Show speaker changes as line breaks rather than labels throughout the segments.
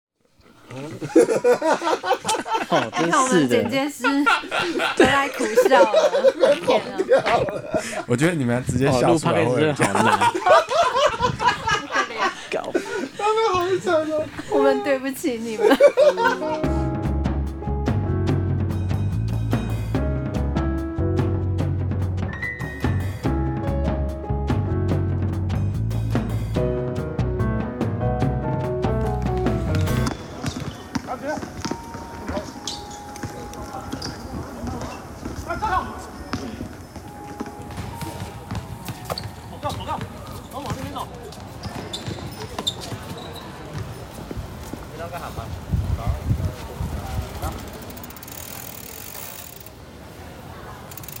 哦，
你哎看我们
真是
剪
的。
接师回来苦笑了，天啊，
我觉得你们直接
哦，
笑
录
出
p o
来
d
会
c
很
a 好难，搞
我们对不起你们。
好了，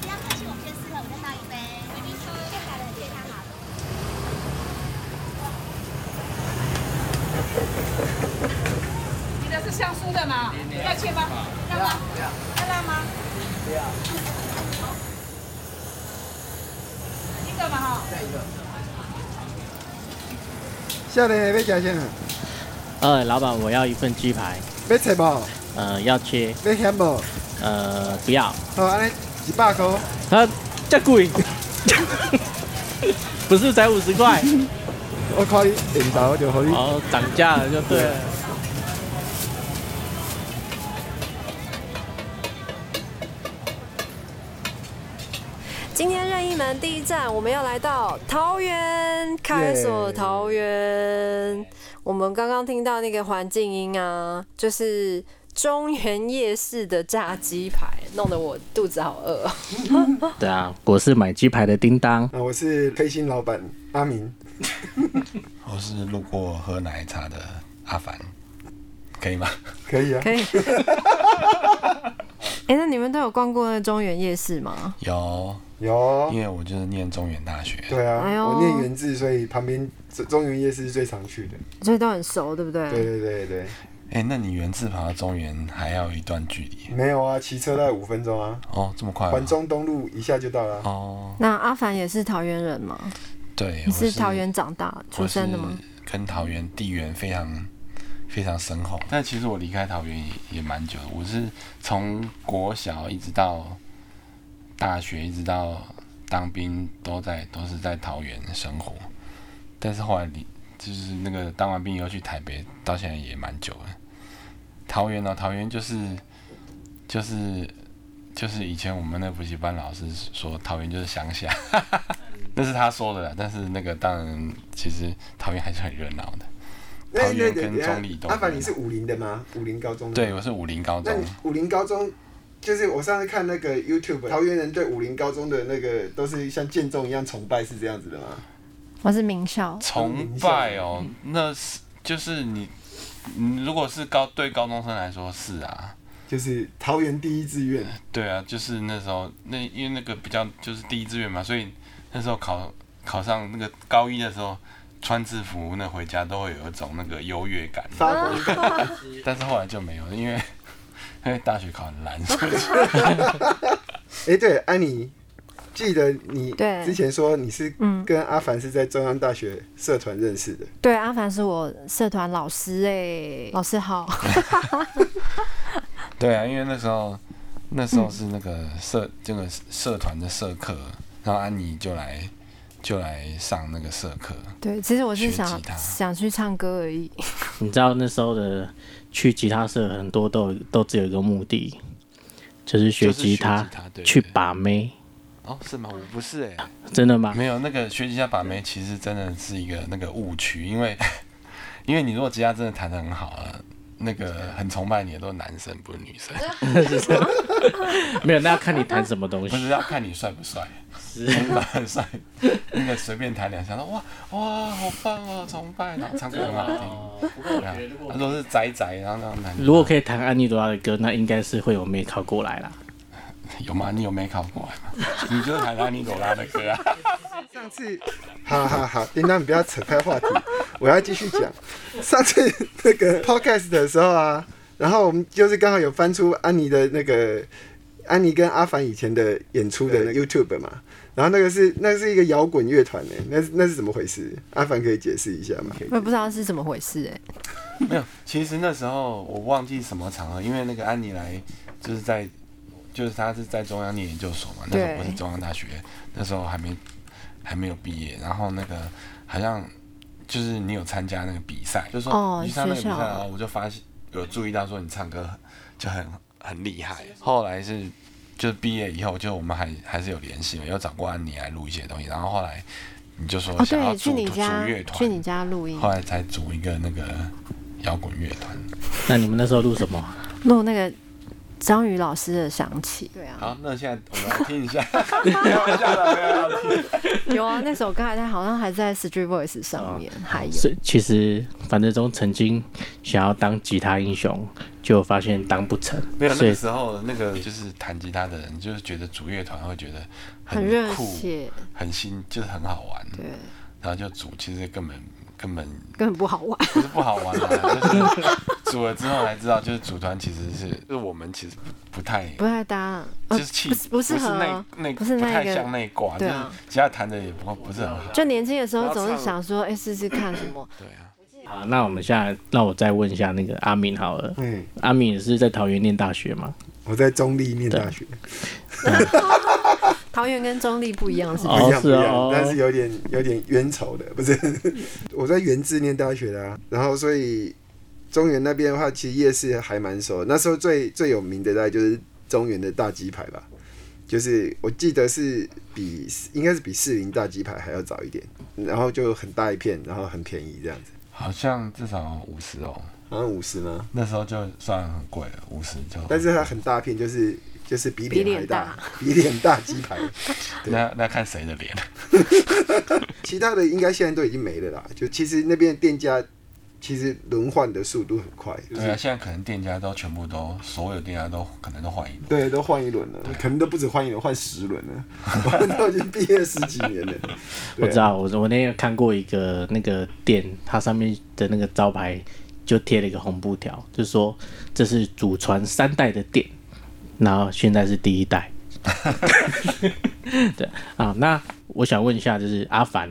不要客气，我们先撕了，我们再倒一杯。谢谢了，谢谢好。
你的是香酥的嘛？要切吗？要吗？要辣吗？不要。一个吧哈。
下来要吃啥？
呃，老板，我要一份鸡排，
要切无？
呃，要切，
要咸无？
呃，不要，
好，安尼一百块，
啊，这贵， 不是才五十 块，
我看你点头就可以。
哦，涨价了就对了。
今天任意门第一站，我们要来到桃园，开锁桃园。我们刚刚听到那个环境音啊，就是中原夜市的炸鸡排，弄得我肚子好饿哦。
对啊，我是买鸡排的叮当。
啊，我是黑心老板阿明。
我是路过喝奶茶的阿凡，可以吗？
可以 啊，
可以。哎、那你们都有逛过那中原夜市吗？
有，
有啊
因。为我就是念中原大学，
对啊，
哎呦
我念原字，所以旁边中中原夜市是最常去的。
所以都很熟，对不对？
对对对对，
哎、那你原自跑到中原还要一段距离
没有啊，骑车大概五分钟啊，
哦，这么快、
环
吗？
中东路一下就到了啊。
哦，
那阿凡也是桃园人吗？
对，
你
我
是桃园长大出生的吗？？
我是跟桃园地缘非常非常深厚，但其实我离开桃园也也蛮久的，我是从国小一直到大学，一直到当兵，都在都是在桃园生活，但是后来离就是那个当完兵以后去台北，到现在也蛮久了。桃园呢、哦桃园就是就是就是以前我们那补习班老师说，桃园就是乡下。那是他说的啦，但是那个当然，其实桃园还是很热闹的。
那
桃
那
园
等
跟
一下
中立，都
啊阿凡你是武林的吗？武林高中的吗。
对，我是武林高
那
中
你，武林高中，就是我上次看那个 YouTube，桃园人对武林高中的那个都是像建中一样崇拜，是这样子的吗？
我是名校，
崇拜哦，那是就是你，你如果是高对高中生来说是啊，
就是桃园第一志愿，
对啊，就是那时候那因为那个比较就是第一志愿嘛，所以那时候考考上那个高一的时候。穿制服那回家都会有一种那个优越感，
发博
但是后来就没有，因为 因为大学考很烂，所以就
哎、对，安妮，记得你
对
之前说你是
嗯
跟阿凡是在中央大学社团认识的，
对，阿凡是我社团老师哎、老师 好。
对啊，因为那时候那时候是那个社这个社团的社课，然后安妮就来就来上那个社课，
对，其实我是
学
想
吉他
想去唱歌而已。
你知道那时候的去吉他社很多都有都只有一个目的，就是学
就是
吉他，
吉他对
去
对
把妹。
哦，是吗？我不是哎、
真的吗？
没有那个学吉他把妹，其实真的是一个那个误区，因为 因为你如果吉他真的弹得很好啊，那个很崇拜你的都是男生，不是女生，
没有，那要看你弹什么东
不
西。
是要看你帅不帅，很帅很帅，那个随便弹两下，说哇哇好棒哦，崇拜，然后唱歌很好听。对啊他说是宅宅，然后那种男
如果可以弹安妮朵拉的歌，那应该是会有妹靠过来啦。
有吗？你有没考过来吗？你就是弹拉尼朵拉的歌啊。
上次，好好好，叮当，你不要扯开 话题，我要继续讲。上次那个 podcast 的时候啊，然后我们就是刚好有翻出安妮的那个安妮跟阿凡以前的演出的那个 YouTube 嘛，然后那个是那是一个摇滚乐团呢，欸那是那是怎么回事？阿凡可以解释一下吗？
我也不知道是怎么回事哎、
没有，其实那时候我忘记什么场合，因为那个安妮来就是在，就是她是在中央念研究所嘛，那时候
对
不是中央大学，那时候还没还没有毕业，然后那个好像就是你有参加那个比赛，就
哦
说你去参加那个比
学
赛，
校
然后我就发现有注意到说你唱歌很就很很厉害，后来是。就是毕业以后，就我们还还是有联系，有找过安妮来录一些东西。然后后来你就说
哦，
想要
对，去
组、
你
组
家
乐团，
去你家录音
后，来才组一个那个摇滚乐团。
那你们那时候录什么啊？
录那个张宇老师的《响起》。对啊，
好，那现在我们来听 一下，开玩笑的，没有要听。
有啊，那首歌还在，好像还在 Street Voice 上
哦
面，还有。
是其实樊振中曾经想要当吉他英雄，就发现当不成
没有，，那
所
个
以
时候那个就是弹吉他的人，就是觉得组乐团会觉得
很热
酷、
血，
很新，就是很好玩。
对，
然后就组，其实根本根本
根本不好玩。
不是不好玩啦， 就是组了之后才知道，就是组团其实是，就是我们其实不不太。
不太搭，
就
呃
是气，
不是不适合啊
那那
不是那
太
个
像那一挂，就
对
是
啊
吉他弹的也不不是很好。
就年轻的时候总是想说，哎，试试看什么。
对啊，
好，那我们现在让我再问一下那个阿敏好了，
嗯，
阿敏也是在桃园念大学吗？
我在中立念大学，
桃园跟中立不一样，是吧？
哦
不一样不
是
一
哦
样，但是有点有点冤仇的，不是？ 我在原治念大学的、啊，然后所以中原那边的话，其实夜市还蛮熟的。那时候最最有名的大概就是中原的大鸡排吧，就是我记得是比应该是比士林大鸡排还要早一点，然后就很大一片，然后很便宜这样子，
好像至少五十哦，
好像五十吗？
那时候就算很贵了，五十就。
但是它很大片，就是就是比
比
脸
脸
还大，比脸大鸡排。
那那看谁的脸，
其他的应该现在都已经没了啦。就其实那边的店家其实轮换的速度很快，就是
对啊，现在可能店家都全部都，所有店家都可能都换一轮。
对，都换一轮了，可能都不止换一轮，换十轮了。 我们都已经毕业十几年了。
啊
我知道，我我那天有看过一个那个店，它上面的那个招牌就贴了一个红布条，就说这是祖传三代的店，然后现在是第一 代。对啊，那我想问一下，就是阿凡，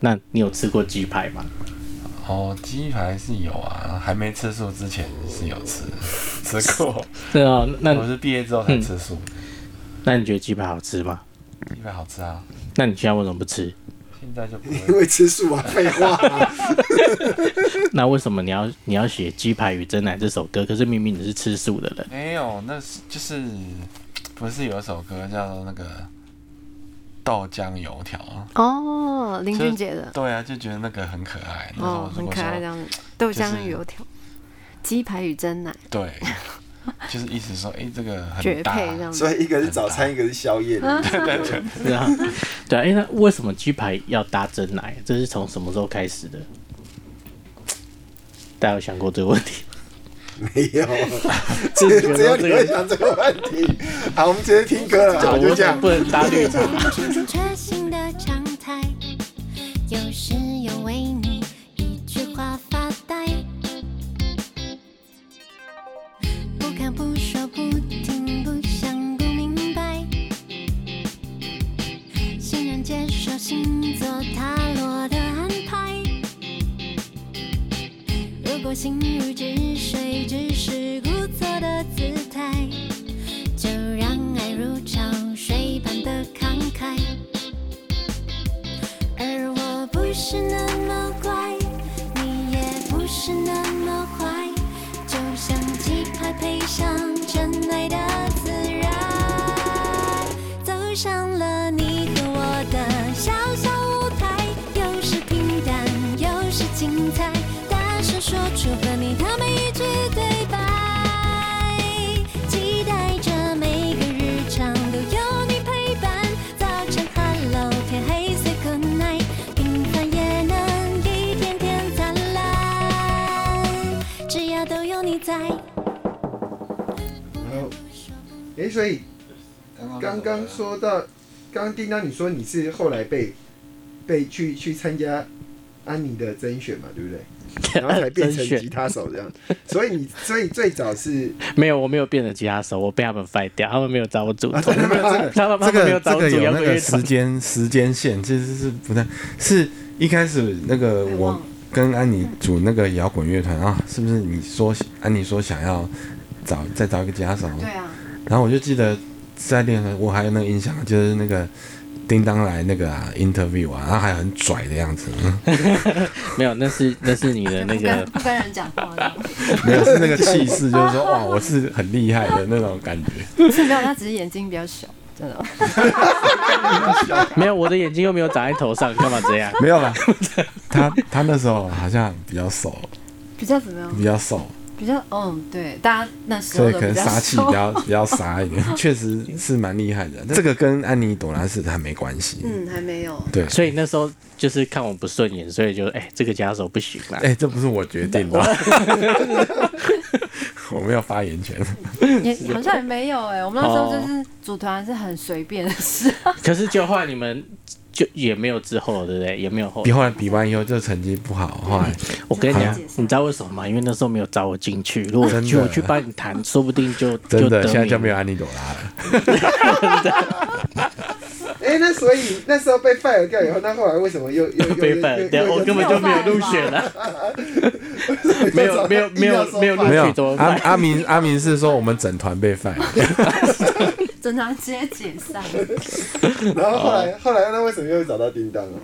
那你有吃过鸡排吗？
哦，鸡排是有啊，还没吃素之前是有吃，吃过。
对啊，那
我是毕业之后才吃素，
那你觉得鸡排好吃吗？
鸡排好吃啊，
那你现在为什么不吃？
现在就不
因
会。
为吃素啊，废话、
那为什么你要你要写《鸡排与真奶》这首歌？可是明明你是吃素的人，
没有，那是就是不是有一首歌叫做那个豆浆油条？
哦，林俊杰的，
对啊，就觉得那个很可爱。那时候
哦，
如
很
果
可
说
爱这样子，豆
是
浆油条。鸡排与真奶
对， 就是意思说，哎、这个很
绝
大，
配这样子，
所以一个是早餐，一个是宵夜的。
对啊，对啊，因为为什么鸡排要搭真奶？这是从什么时候开始的？大家有想过这个问题？
没有，
这
只 只有你会想这个问题。好，我们直接听歌了，好，就这样
不。能搭绿茶。
处处穿新的常态，有时又为你一句话发呆，不看不说不听不想不明白，欣然接受星座塔罗的安排。如果心如止水，只是故作的姿态。就让爱如潮水般的慷慨。而我不是那么乖，你也不是那么坏，就像鸡排配上真爱的孜然，走上了你和我的小小舞台，有时平淡，有时精彩，大声说出和你的每一句对白。期待着每个日常都有你陪伴。早晨 hello，天黑 say good night，平凡也能一天天灿烂，只要都有你在。
哎、所以刚刚说到，刚刚叮当你说 你是后来被被去去参加安妮的甄选嘛，对不对？然后才变成
甄选
吉他手这样。所以你所以最早是
没有，我没有变成吉他手，我被他们 fight 掉，他们没有找我组
啊
团， 他们他
这
们没
个
有找
这
我
个
组
有
摇
那
滚
个
乐
时
团。
间时间线，其实是不太是一开始那个我跟安妮组那个摇滚乐团啊，是不是你说安妮说想要找再找一个吉他手？
对啊，
然后我就记得在练的时候，我还有那个印象，就是那个叮当来那个啊 interview 啊，然后还很拽的样子，嗯
没有，那是那是你的那
不
个
啊跟不跟人讲话的，
没有是那个气势，就是说哇，我是很厉害的那种感觉。
是 没有，他只是眼睛比较小，真的。
没有，我的眼睛又没有长在头上，干嘛这样？
没有啦，他他那时候好像比较瘦，
比较怎么样？
比较瘦，
比较嗯，对，大家那时
所
候
以
都
可能
较
杀气
瘦
比较比较杀一点，确实是蛮厉害的。这个跟安妮朵拉是她没关系。
嗯，还没 有。
对，
所以那时候就是看我不顺眼，所以就哎、这个吉他手不行啦。
哎、这不是我决定的， 我没有发言权。
也好像也没有哎、我们那时候就是组团是很随便的事，
可是就换你们就也没有之后了，对不对？也没有后
比。后来比完以后就成绩不好，后来
我跟你
好
讲
解，散
你知道为什么吗？因为那时候没有找我进去，如果我
啊真的
去我去帮你弹，说不定就
真的
得
现在
名
就没有安妮朵拉了。
哎、那所以那时候被 fire 掉以后，那后来为什么又又又
被
又
粉
又
掉，
又
我根本就没有入选了。没有没有没有没有
没有
去怎么
阿
办
阿明阿明是说我们整团被 fire，
整团直接解散。
然后后来后来那为什么又找到叮当啊？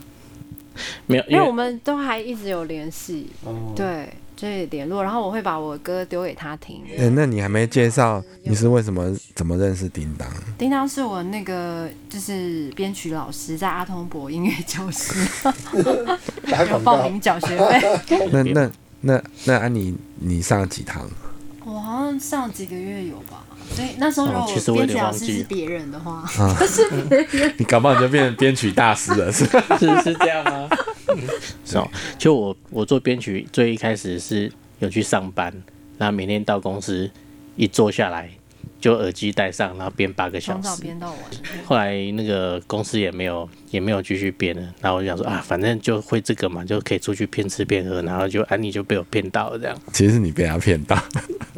没有，
因
因
为我
为
们都还一直有联系，
哦，
对，就是联络，然后我会把我歌丢给他听。
哎那你还没介绍你是为什么怎么认识叮当？
叮当是我那个就是编曲老师，在阿通博音乐教 室
打
有
广
报
告
名缴学费。
那那那那安妮你上了几堂？
我好像上几个月有吧，所以那时候如
哦
果
其实我有
编曲
点
老
忘
师
记
是
了
别人的话，
嗯你搞不好你就变成编曲大师了，是吧？
是是这样吗？ 是哦，就我我做编曲最一开始是有去上班，然后每天到公司一坐下来就耳机戴上，然后编八个小
从早
时。
编到晚。
后来那个公司也没有也没有继续编了，然后我就想说啊，反正就会这个嘛，就可以出去边吃边喝，然后就安妮就被我骗到了这样，
其实是你被他骗到，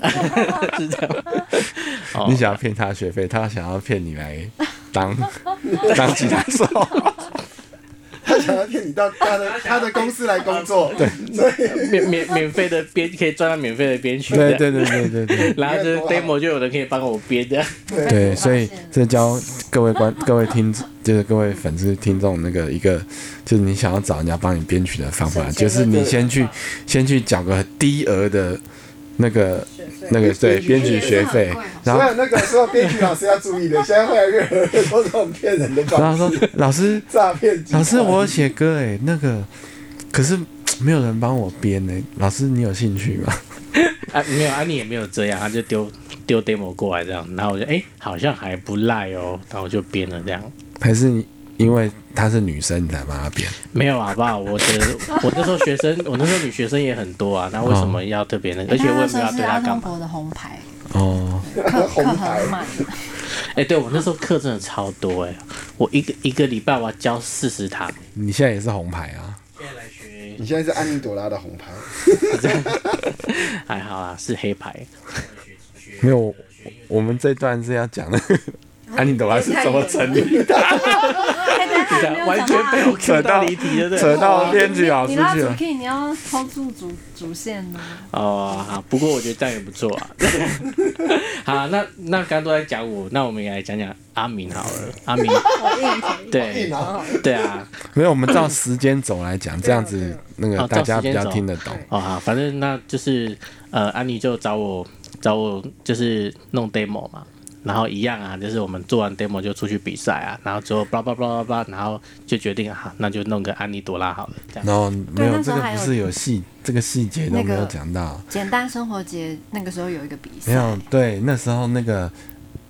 是这样吗。 哦
你想要骗他学费，他想要骗你来 当当吉他手。
他想要骗你到他的他的公司来工作，对，
免免免费的编可以赚到免费的编曲
对
的，
对对对对对
然后就是
你看多
demo 就有人可以帮我编的，
对，所以这教各位观各位听就是各位粉丝听众那个一个，就是你想要找人家帮你编曲的方法，就是你先去先去缴个低额的那个那个对编曲学费，哦然后
所有那个所有编剧老师要注意的，现在会来越来越多这种骗人的
然
方式，
后说老师
诈骗集团。
老师，我有写歌哎、那个可是没有人帮我编哎、老师你有兴趣吗？
啊，没有，安妮也没有这样，他就丢丢 demo 过来这样，然后我就哎、好像还不赖哦，然后我就编了这样。
还是你因为她是女生你才帮她编？
没有好不好？我觉得我那时候学生，我那时候女学生也很多啊，那为什么要特别那个？而且我也
哎
没
那时
有
候
要
是
对
阿
她
通
干嘛。
博的红牌，
哦，
课
红
课
牌
很满，
哎、对我那时候课真的超多哎、我一个一个礼拜我要教四十堂。
你现在也是红牌啊？
你现在是安妮朵拉的红牌，
还好啦，是黑牌。
没有，我我们这段是要讲的。
啊
安妮朵拉啊是怎么成立？
哎等一下
完全被我扯到离题了，对不
扯
对？
到啊编剧老
你
师
拉
去
主
了。
key，你要 hold 住主主线呢。
哦，好，不过我觉得这样也不错啊。 好，那那刚刚都在讲我，那我们也来讲讲阿明好了。阿明，对对啊，
没有，我们照时间轴来
啊
讲，这样子那个
哦
大家
照时
比
间轴
较听得懂。
哦，好，反正那就是呃，安妮就找我找我就是弄 demo 嘛，然后一样啊，就是我们做完 demo 就出去比赛啊，然后之后巴拉巴拉巴拉巴拉，然后就决定啊，那就弄个安妮朵拉好了，这样。
然后没有
那时
这
候
个
还
不
有
是有细这个细节都
那
没有
个
讲到。
简单生活节那个时候有一个比
没
赛，
有，对，那时候那个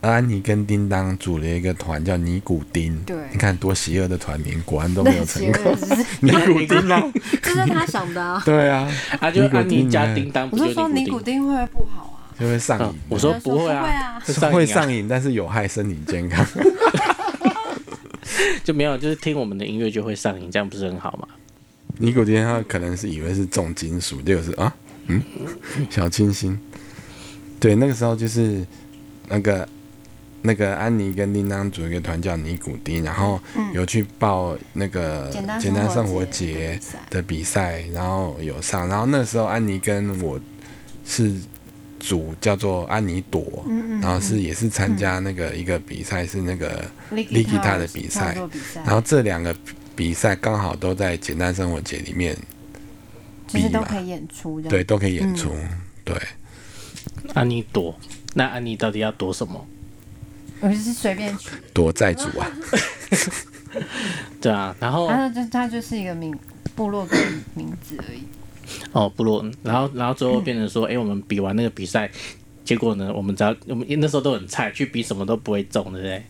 安妮跟叮当组了一个团叫尼古丁，
对
你看多邪恶的团名，果然都
那
没有 成
节
功
日。只是
尼古 丁啊，
就是他想的 啊。
对啊，
啊，就
尼古
安妮
丁
加
呢
叮当，不
我是
就
说尼古
丁？
丁会不会不好啊？
就会上
嗯
瘾。，
我说
他说
不会
不会
啊
啊，
是上
会
瘾啊
上瘾，但是有害身体健康。
就没有，就是听我们的音乐就会上瘾，这样不是很好吗？
尼古丁他可能是以为是重金属，结果是啊，嗯，小清新。对，那个时候就是那个那个安妮跟叮当组一个团叫尼古丁，然后有去报那个
嗯简单
简单生
生
活
活
节
节
的比赛，然后有上，然后那时候安妮跟我是组叫做安妮朵，
嗯嗯
然后是也是参加那个一个比赛，是那个
Licky
Licky 他的
Towers
比赛
创作比赛
然后这两个比赛刚好都在简单生活节里面，
就是都
比嘛
可以演出这
对，
样。
都可以演出，
嗯
对，
安妮躲，那安妮到底要躲什么？
我就是随便取，
躲债主啊，
嗯
对啊，然后
他就他就是一个名部落格名字而已。
哦，部落，然后然后最后变成说，哎、我们比完那个比赛，结果呢，我们只要我们那时候都很菜，去比什么都不会中，对不对？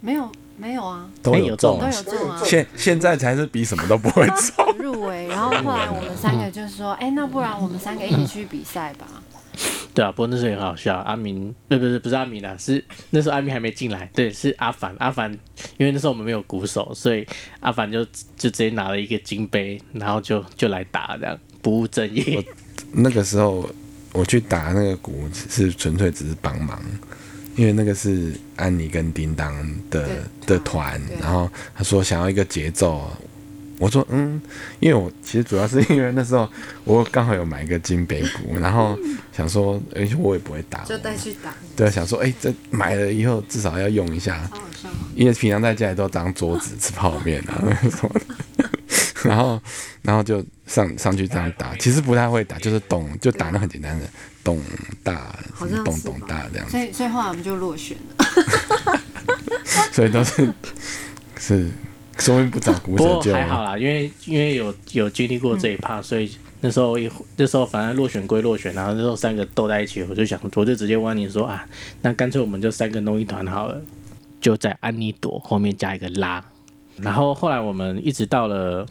没有没有啊，
都
哎
有
有
中
中
都
啊
有中啊，
现现在才是比什么都不会 中，
入围。然后后来我们三个就说，哎，那不然我们三个一起去比赛吧。
对啊，不过那时候也很好笑，阿明，对不是不是阿明啦，是那时候阿明还没进来，对，是阿凡，阿凡，因为那时候我们没有鼓手，所以阿凡就就直接拿了一个金杯，然后就就来打这样，不务正业。
那个时候我去打那个鼓是纯粹只是帮忙，因为那个是安妮跟叮当的
对
的团
对，
然后他说想要一个节奏，我说嗯，因为我其实主要是因为那时候我刚好有买一个金北鼓，然后想说，而、且我也不会打，
就带去打，
对，想说哎、这买了以后至少要用一下，
好笑。啊
因为平常在家里都当桌子吃泡面啊什么的， 然后然后就上上去这样打，其实不太会打，就是咚就打那很简单的咚大什
好像
么咚
是
咚
吧
大这样子
所，以所以后来我们就落选了。
所以都是是说明不找鼓
不
手
过
就
还好啦，因为因为有有经历过这一
嗯
趴，所以那时候一那时候反正落选归落选，然后那时候三个斗在一起，我就想我就直接问你说啊，那干脆我们就三个弄一团好了，就在安妮朵后面加一个拉，然后后来我们一直到了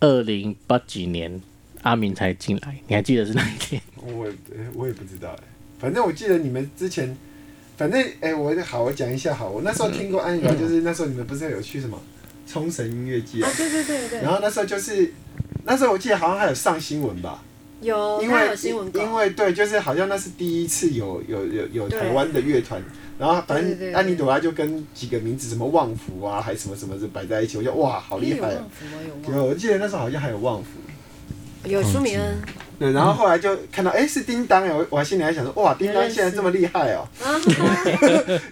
二零八几年，阿明才进来，你还记得是哪一天？
我也我也不知道哎，反正我记得你们之前，反正哎、我好，我讲一下好，我那时候听过安雅，就是那时候你们不是有去什么冲绳音乐季啊？
对对对对
然，后那时候就是，那时候我记得好像还有上新闻吧，
有
因
他
为
有新闻稿，
因为对，就是好像那是第一次有有有有
对
台湾的乐团，然后反
对对
正
对
安妮朵拉就跟几个名字什么旺福啊，还什么什么就摆在一起，我就哇好厉
哎有
害
旺
哦！
福，我有
有，
旺。
我记得那时候好像还有旺福，
有舒米恩，
对，然后后来就看到哎、诶是叮当哎，我我心里还想说哇叮当现在这么厉害哦、
啊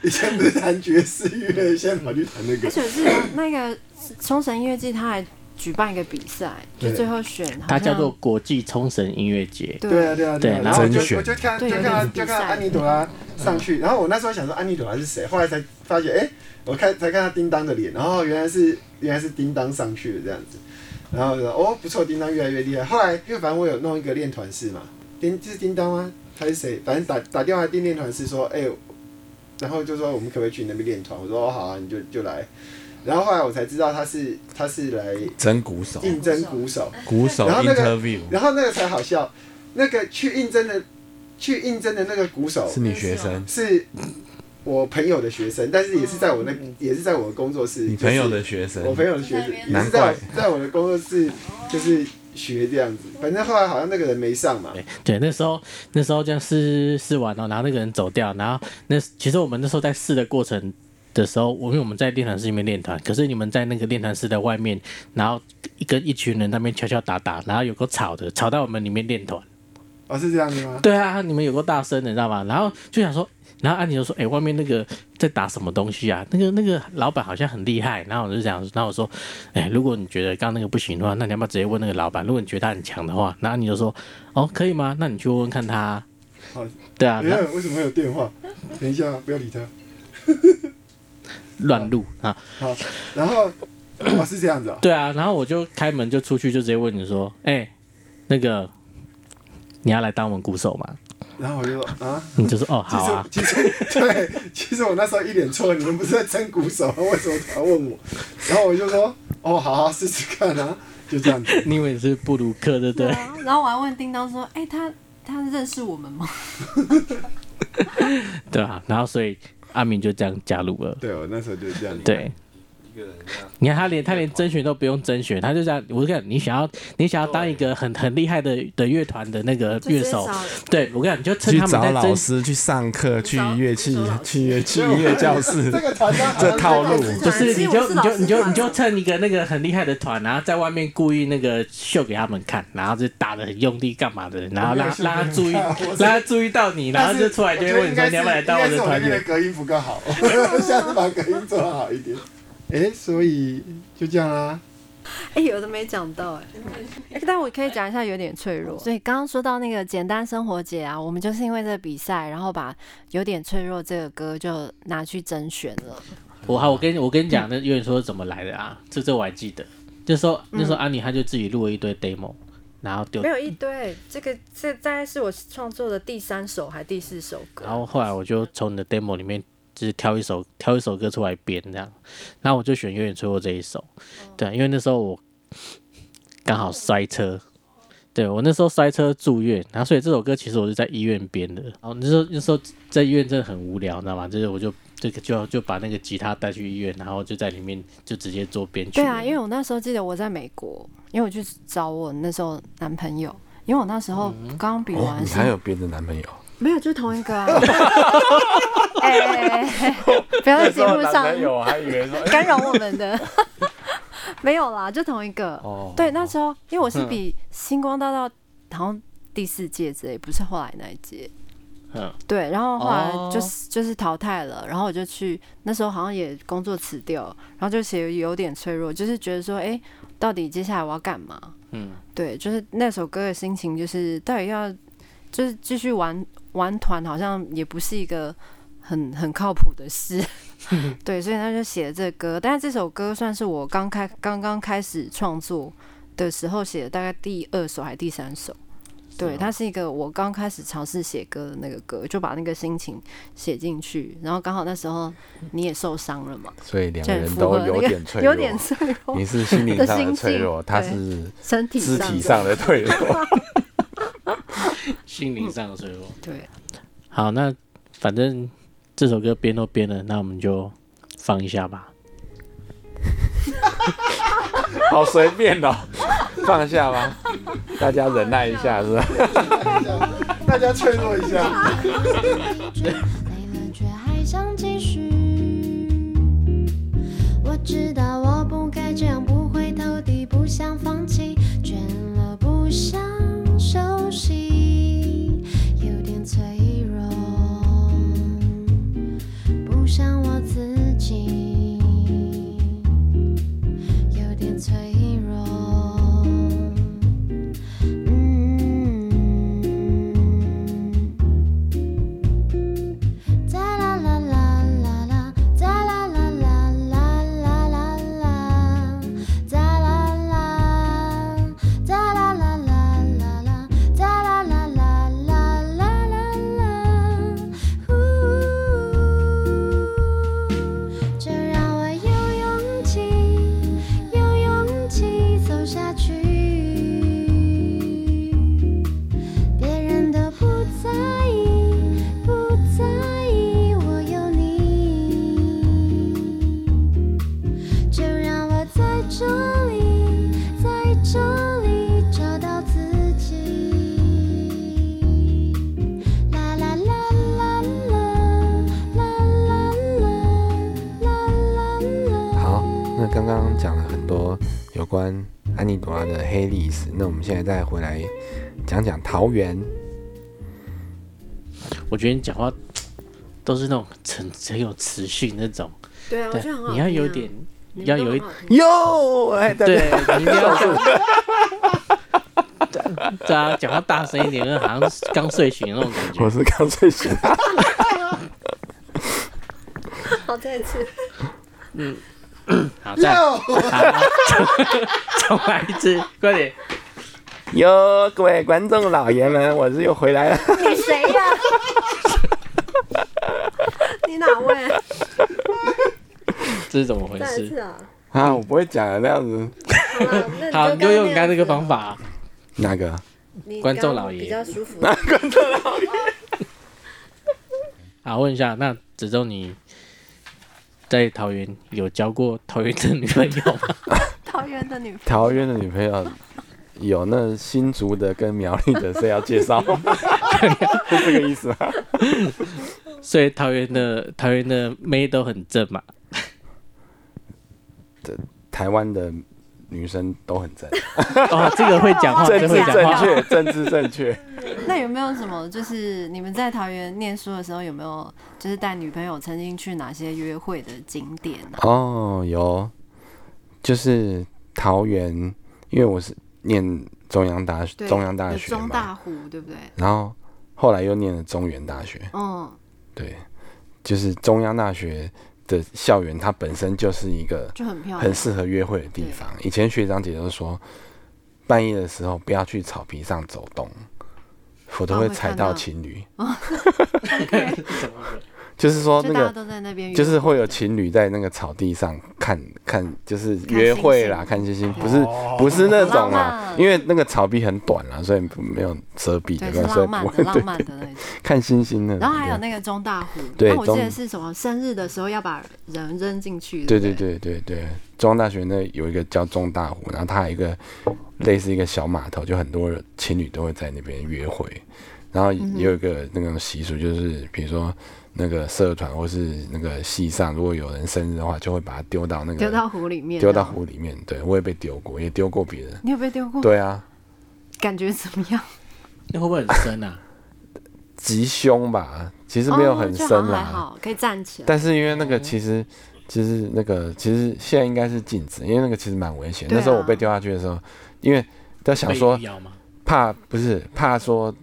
以前不是弹爵士乐，现在跑去弹那
而
个，
且是那个冲绳音乐季，他还举办一个比赛，就
对
最后选好像，
它叫做国际冲绳音乐节。
对啊，对啊，
对
啊。
然
然
后
后我就
甄选
我就看就
对有
看到
点
就看
比
到
赛
安妮朵拉上去，然后我那时候想说啊安妮朵拉是谁，后来才发觉，哎、我看才看到叮当的脸，然后原来是原来是叮当上去的这样子，然后我就说哦不错，叮当越来越厉害。后来因为反正我有弄一个练团式嘛，叮这是叮当吗？还是谁？反正打打电话订练团式说，哎、然后就说我们可不可以去你那边练团？我说哦好啊，你就就来。然后后来我才知道他是他是来
真鼓手，
应征鼓手，
鼓手
然后那个
哦 interview
然后那个才好笑，那个去应征的去应征的那个鼓手
是你学生，
是我朋友的学生，但是也是在我那也是在我的工作室，
你
就是
朋友的学生
我，朋友的学生，也
难
是在
怪
我在我的工作室就是学这样子，反正后来好像那个人没上嘛，
对，那时候那时候这样试试完了、然后那个人走掉，然后那其实我们那时候在试的过程的时候，我因为我们在练团室里面练团，可是你们在那个练团室的外面，然后一跟一群人在那边敲敲打打，然后有个吵的，吵到我们里面练团。
哦是这样子吗？
对啊，你们有个大声的，你知道吗？然后就想说，然后安妮就说：“哎、外面那个在打什么东西啊？那个那个老板好像很厉害。”然后我就想，然后我说：“哎、如果你觉得刚刚那个不行的话，那你要不要直接问那个老板？如果你觉得他很强的话，然后你就说：‘哦，可以吗？那你去问问看他啊、
好
对啊，
等一下为什么会有电话？等一下不要理他。
乱录啊，
好，然后 哦是这样子哦，
对啊，然后我就开门就出去，就直接问你说：“哎、那个你要来当我们鼓手吗
然后我就说啊。？”
你就说：“哦，好啊。”
其实 其实对，其实我那时候一脸错，你们不是在争鼓手吗，为什么突然问我？然后我就说，哦，好啊，试试看啊，就这 样子。
你以为你是布鲁克对不对？
啊然后我还问叮当说，哎，他他认识我们吗？
对啊，然后所以阿明就这样加入了。
对，我那时候就这样。
对，
一个人这样。
你看他连他连甄选都不用甄选，他就这样。我跟你讲，你想要你想要当一个很很厉害的的乐团的那个
就
乐
直接
手
找，
对我跟你讲，你就趁
去
他们
找
在
老
甄
师去上课，去
找
乐器
去找老，师
去乐器乐教室，
这个团长好像
这套路
这个
不是，
团
你
我
就你就
老师
你就
团
你就趁一个那个很厉害的团，然后在外面故意那个秀给他们看，然后就打的很用力干嘛的，然后让让他注意，让他注意到你，然后就出来就会问你说你要不要来当我的团员。
隔音不够好，下次把隔音做好一点。哎、所以就这样啊啦、
哎、有的没讲到哎、哎但我可以讲一下有点脆弱。所以刚刚说到那个简单生活节啊，我们就是因为这个比赛，然后把《有点脆弱》这个歌就拿去甄选了。
我好，我跟你我跟你讲，那有点说怎么来的啊？这这我还记得，就说那
嗯
时候安妮她就自己录了一堆 demo，然后丢
没，有一堆，这个这大概是我创作的第三首还第四首歌。
然后后来我就从你的 demo 里面就是挑一首挑一首歌出来编这样，然后我就选《有点脆弱》这一首，
嗯
对，啊因为那时候我刚好摔车，对我那时候摔车住院，然后所以这首歌其实我是在医院编的，然后那时候那时候在医院真的很无聊，你知道吗？就是我就这个就就把那个吉他带去医院，然后就在里面就直接做编曲
对
了，
啊，因为我那时候记得我在美国，因为我去找我那时候男朋友，因为我那时候
嗯
刚比
哦，
完
你
赛、
还有别的男朋友？
没有，就是同一个啊。哎、不要在节目上
我还以为 说
干扰我 们的，没有啦，就同一个。
哦
对，那时候因为我是比
嗯
星光大道好像第四届之类，不是后来那一届。
嗯，
对，然后后来
哦
就是、就是淘汰了，然后我就去那时候好像也工作辞掉，然后就写有点脆弱，就是觉得说，哎、到底接下来我要干嘛？
嗯，
对，就是那首歌的心情就是到底要就是继续玩玩团，好像也不是一个很很靠谱的事。对，所以他就写了这个歌，但是这首歌算是我刚开刚刚开始创作的时候写的，大概第二首还是第三首。对，它是一个我刚开始尝试写歌的那个歌，就把那个心情写进去，然后刚好那时候你也受伤了嘛，
所以两
就
个
很
人
符
都
合那
有
个
点脆弱，
有点脆弱，
你是心灵上
的心
的
境
脆 弱，他
对
是
身体
肢
上
体
的
上的脆弱。
心灵上的脆弱。
对。
好，那反正这首歌编都编了，那我们就放一下吧。
好随便哦，放下吧，大家忍耐一下，是吧？
大家脆弱一下。
累了却还想继续。我知道我不该这样，不会投地，不想放弃，倦了不想休息，有点脆弱，不像我自己，有点脆弱。嗯。哒啦啦啦啦啦，哒啦啦啦啦啦啦啦，哒啦啦，哒啦啦啦啦啦，哒啦啦啦啦啦啦啦，呼，就让我有勇气，有勇气走下去。别人都不在意，不在意我有你，就让我在这里，在这里找到自己。啦啦啦啦啦啦啦啦啦啦啦。
好，那刚刚讲了很多有关安妮朵拉的黑历史，那我们现在再回来讲讲桃园。
我觉得你讲话都是那种很很有磁性那种，
对啊，我
对
觉得很好、啊。，
你要有点，要有一，
哟，哎，对
对，你一定要对啊，讲话大声一点，那好像是刚睡醒的那种感觉
我。是刚睡醒。
好再一次。
好，再来好重来一次，快点。
哟，各位观众老爷们，我是又回来了。
你谁呀、你哪位？啊
这是怎么回
再一次
事？
啊！
啊，我不会讲的那样子。
好啦，那你
好，你就用你刚刚那个方
法，
法啊，
哪个？
你
观众
刚刚
老爷
比较舒服。
好，问一下，那子中你在桃园有交过桃园的女朋友 吗？
桃园的 女朋
桃园的女朋友有那新竹的跟苗栗的，谁要介绍？是这个意思吗？
所以桃园的桃园的妹都很正嘛。
台湾的女生都很正，
哦，这个会讲
啊
话，
政
这个
治
会讲
正
话。
确，政治正确。
友，那有没有什么就是你们在桃园念书的时候有没有就是带女朋友曾经去哪些约会的景点啊？
哦，有，就是桃园，因为我是念中央大学，
对
中央大
有
学
中
嘛，
大湖对不对？
然后后来又念了中原大学，
嗯，
对，就是中央大学的校园，它本身就是一个
就很漂亮
很。适合约会的地方。以前学长姐都说，半夜的时候不要去草皮上走动，否则
啊
会
哦会
踩
看
到
到哦
情侣。 就是说
就
那
大家
个
都在那边约会，
就是会有情侣在那个草地上看看，就是约会啦，看星星，不是不是那种
好哦浪
啊，
漫
因为那个草地很短啦，所以没有遮蔽的
对，
关
是
系，所
浪
以不
漫
会
的浪
对
漫的那 种。
看星星的。
然后还有那个中大湖，
对
那我记得
中
是什么生日的时候要把人扔进去，
对
不
对对对对，中央大学那有一个叫中大湖，然后它有一个类似一个小码头，就很多情侣都会在那边约会。
嗯
然后也有一个那种习俗，就是比如说那个社团或是那个系上，如果有人生日的话，就会把它丢到那个
丢到湖里面，
丢到。湖里面。对我也被丢过，也丢过别人。
你有被丢过？
对啊，
感觉怎么 样？
那会不会很深啊？
吉凶吧，其实没有很深
哦就好像
啦、
还好，可以站起来。
但是因为那
嗯
个其实，其实那个其实现在应该是禁止，因为那个其实蛮危险。
对啊
那时候我被丢下去的时候，因为在 想说
被咬吗？
怕不是怕说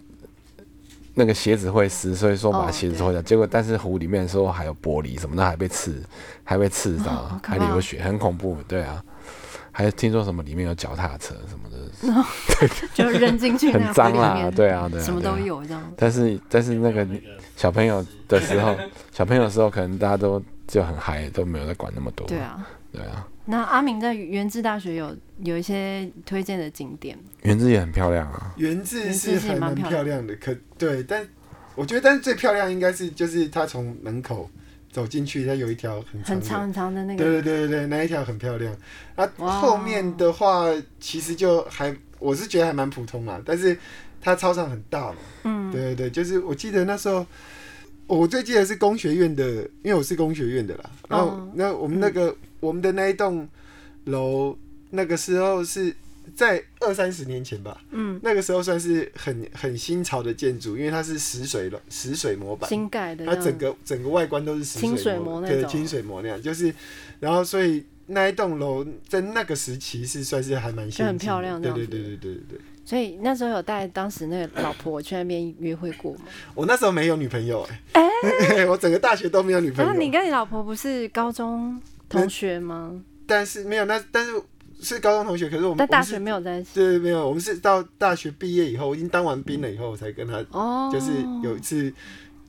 那个鞋子会湿，所以说
哦
把鞋子脱掉。结果但是湖里面说还有玻璃什么的，还被刺，还被刺到，
哦好可
还
怕
流血，很恐怖。对啊，还听说什么里面有脚踏车什么的，
就扔进去那
很
个湖
脏
里
啦
面，。
对啊，对啊，
什么
对啊
都。有这样。
但是但是那个小朋友的时候，小朋友的时候可能大家都就很嗨，都没有在管那么多。
对啊，
对啊，
那阿明在原治大学有有一些推荐的景点，
原子也很漂亮啊。
原字
原字
是
是
还蛮
蛮漂
漂亮的，可对，但我觉得，但最漂亮应该是就是他从门口走进去，它有一条很长
很
的
长很长的那个，
对对对对对，那一条很漂亮。啊，
哇
后面的话其实就还，我是觉得还蛮普通啦，但是它操场很大嘛。嗯，对对对，就是我记得那时候。我最记得是工学院的，因为我是工学院的啦。然后、
哦
那我们那个、我们的那一栋楼，那个时候是在二三十年前吧。嗯，那个时候算是很很新潮的建筑，因为它是石水楼石水模板。
新盖的那
它
种，
整个整个外观都是石
清水模
模
那
对，
种
清水模那样，就是，然后所以那一栋楼在那个时期是算是还蛮
就
先进的
很漂亮这
对
样
对
子
对对对对对。
所以那时候有带当时那个老婆去那边约会过吗？
我那时候没有女朋友哎、 我整个大学都没有女朋
然后欸啊你
友，
跟你老婆不是高中同学吗？
但是没有那但是是高中同学，可是我们
但大
我
学
们
没有在一起
是对没有，我们是到大学毕业以后，我已经当完兵了以后，我才跟他
哦，
就是有一次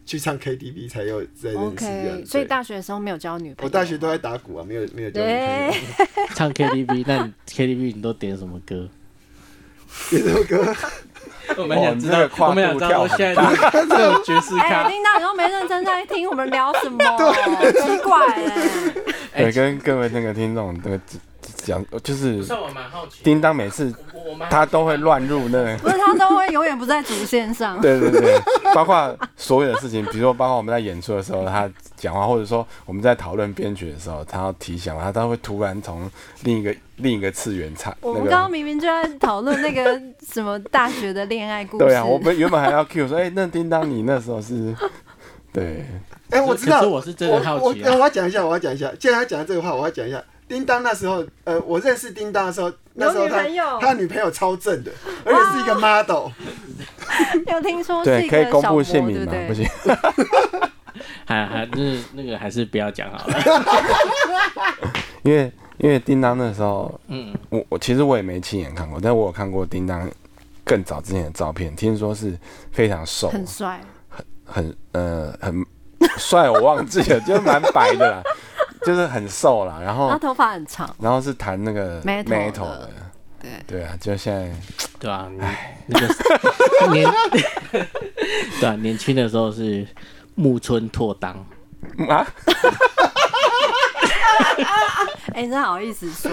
去唱 KTV 才有在认识这样
OK，
对
所以大学的时候没有交女朋友。
我大学都在打鼓啊，没有没有交女朋友
对。
唱 KTV，那你 KTV 你都点什么歌？ 点什么歌？我们想知
哦你这
道
个，跨
我们想知道
度跳
现在 这种爵士
哎、
咖，
听到你都没认真在听我们聊什么，奇怪
哎
哎、
对，跟各位那个听众那个讲，就是
那我蛮好奇，
叮当每次
我蛮
他都会乱入那个。
不是他都会永远不在主线上。
对对对，包括所有的事情，比如说包括我们在演出的时候，他讲话，或者说我们在讨论编曲的时候，他要提醒我，他他会突然从另一个另一个次元插
我
那
们刚刚
个。
明明就在讨论那个什么大学的恋爱故事，
对啊，我们原本还要 Q 说，哎、那叮当你那时候是，对，
哎、我
可
知道，
可是我是真的好奇啊
我我我要讲一下，我要讲一下。既然他讲到这个话，我要讲一下。叮当那时候，呃，我认识叮当的时候，那时候他
有女朋友哦
他女朋友超正的，而且是一个 model。
有听说是
对，
一
可以
个
公
小
布
模，
姓
对
名吗？
对
不行，
还还那那个还是不要讲好
哎
了。
因为因为叮当那时候，
嗯，
我我其实我也没亲眼看过，但我有看过叮当更早之前的照片，听说是非常瘦，
很帅，
很呃很帅，我忘记了， 就是蛮白的啦，就是很瘦啦。然
他
后
头发很长，
然后是弹那个
啊 Metal 的
metal 的，
对
对啊，就现在
对啊，你那个年， 对啊，年轻的时候是木村拓当，
嗯啊，
哎、你真好意思说，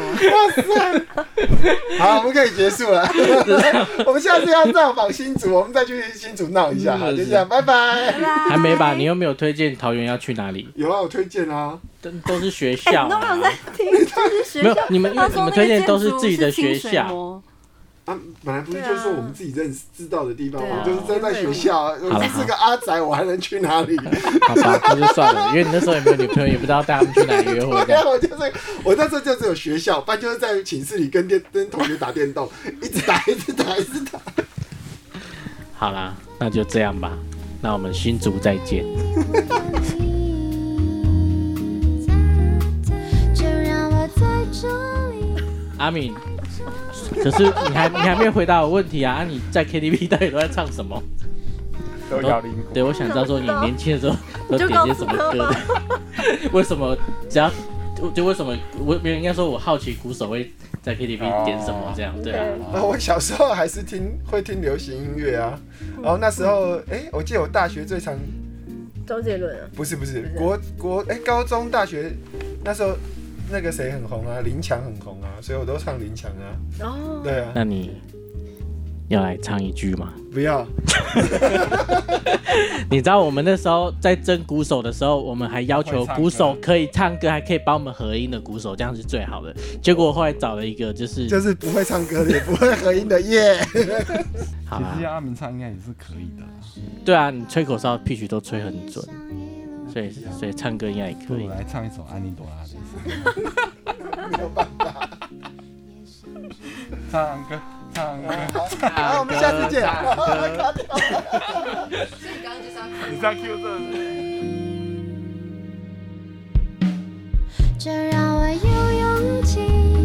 好，我们可以结束了。哎我们下次要造访新竹，我们再去新竹闹一下，好，就这样，拜拜。
还没吧？你又没有推荐桃园要去哪里？
有啊，我推荐啊，
都都是学校、
哎你都没有在
啊，
听，就是学
没
校
有。你们因为
他
你
说那
们
个
推荐都
建
是
筑
自己的学
清水
校。
模
啊，本来不是
对啊
就是我们自己认识知道的地方，
对啊
我就是真在学校啊，我只是个阿宅，我还能去哪里？
好吧，那就算了，因为你那时候也没有女朋友，也不知道带他们去哪里约会
对啊，
的。
我就是我那时候就只有学校，不然就是在寝室里跟电跟同学打电动，一直打，一直打，一直 打。
好啦，那就这样吧，那我们新竹再见。
就让我在这里。
阿敏，可是你还你还没有回答我问题啊？啊你在 KTV 到底都在唱什么？
都要灵
对，我想知道说你年轻的时候都点些什么歌 的？为什么只要就就为什么我别人应该说我好奇鼓手会在 KTV 点什么这样？对啊，
啊，我小时候还是听会听流行音乐啊，然后那时候，哎、我记得我大学最常
周杰伦啊，
不是不是国国哎、高中大学那时候那个谁很红啊，林强很红啊，所以我都唱林强啊，
哦，
对啊，
那你要来唱一句吗？
不要
你知道我们那时候在争鼓手的时候，我们还要求鼓手可以唱歌，还可以帮我们合音的鼓手，这样是最好的。结果后来找了一个就是
就是不会唱歌的，也不会合音的耶。
好
其
啦
实，要他们唱应该也是可以的啦，
对啊，你吹口哨必须都吹很准，所以所以唱歌应该也
不
可以
如。来唱一首《安妮朵拉》的，唱歌唱歌，
好，我们下次见。啊
你在 Q 这是。
这让我有勇气。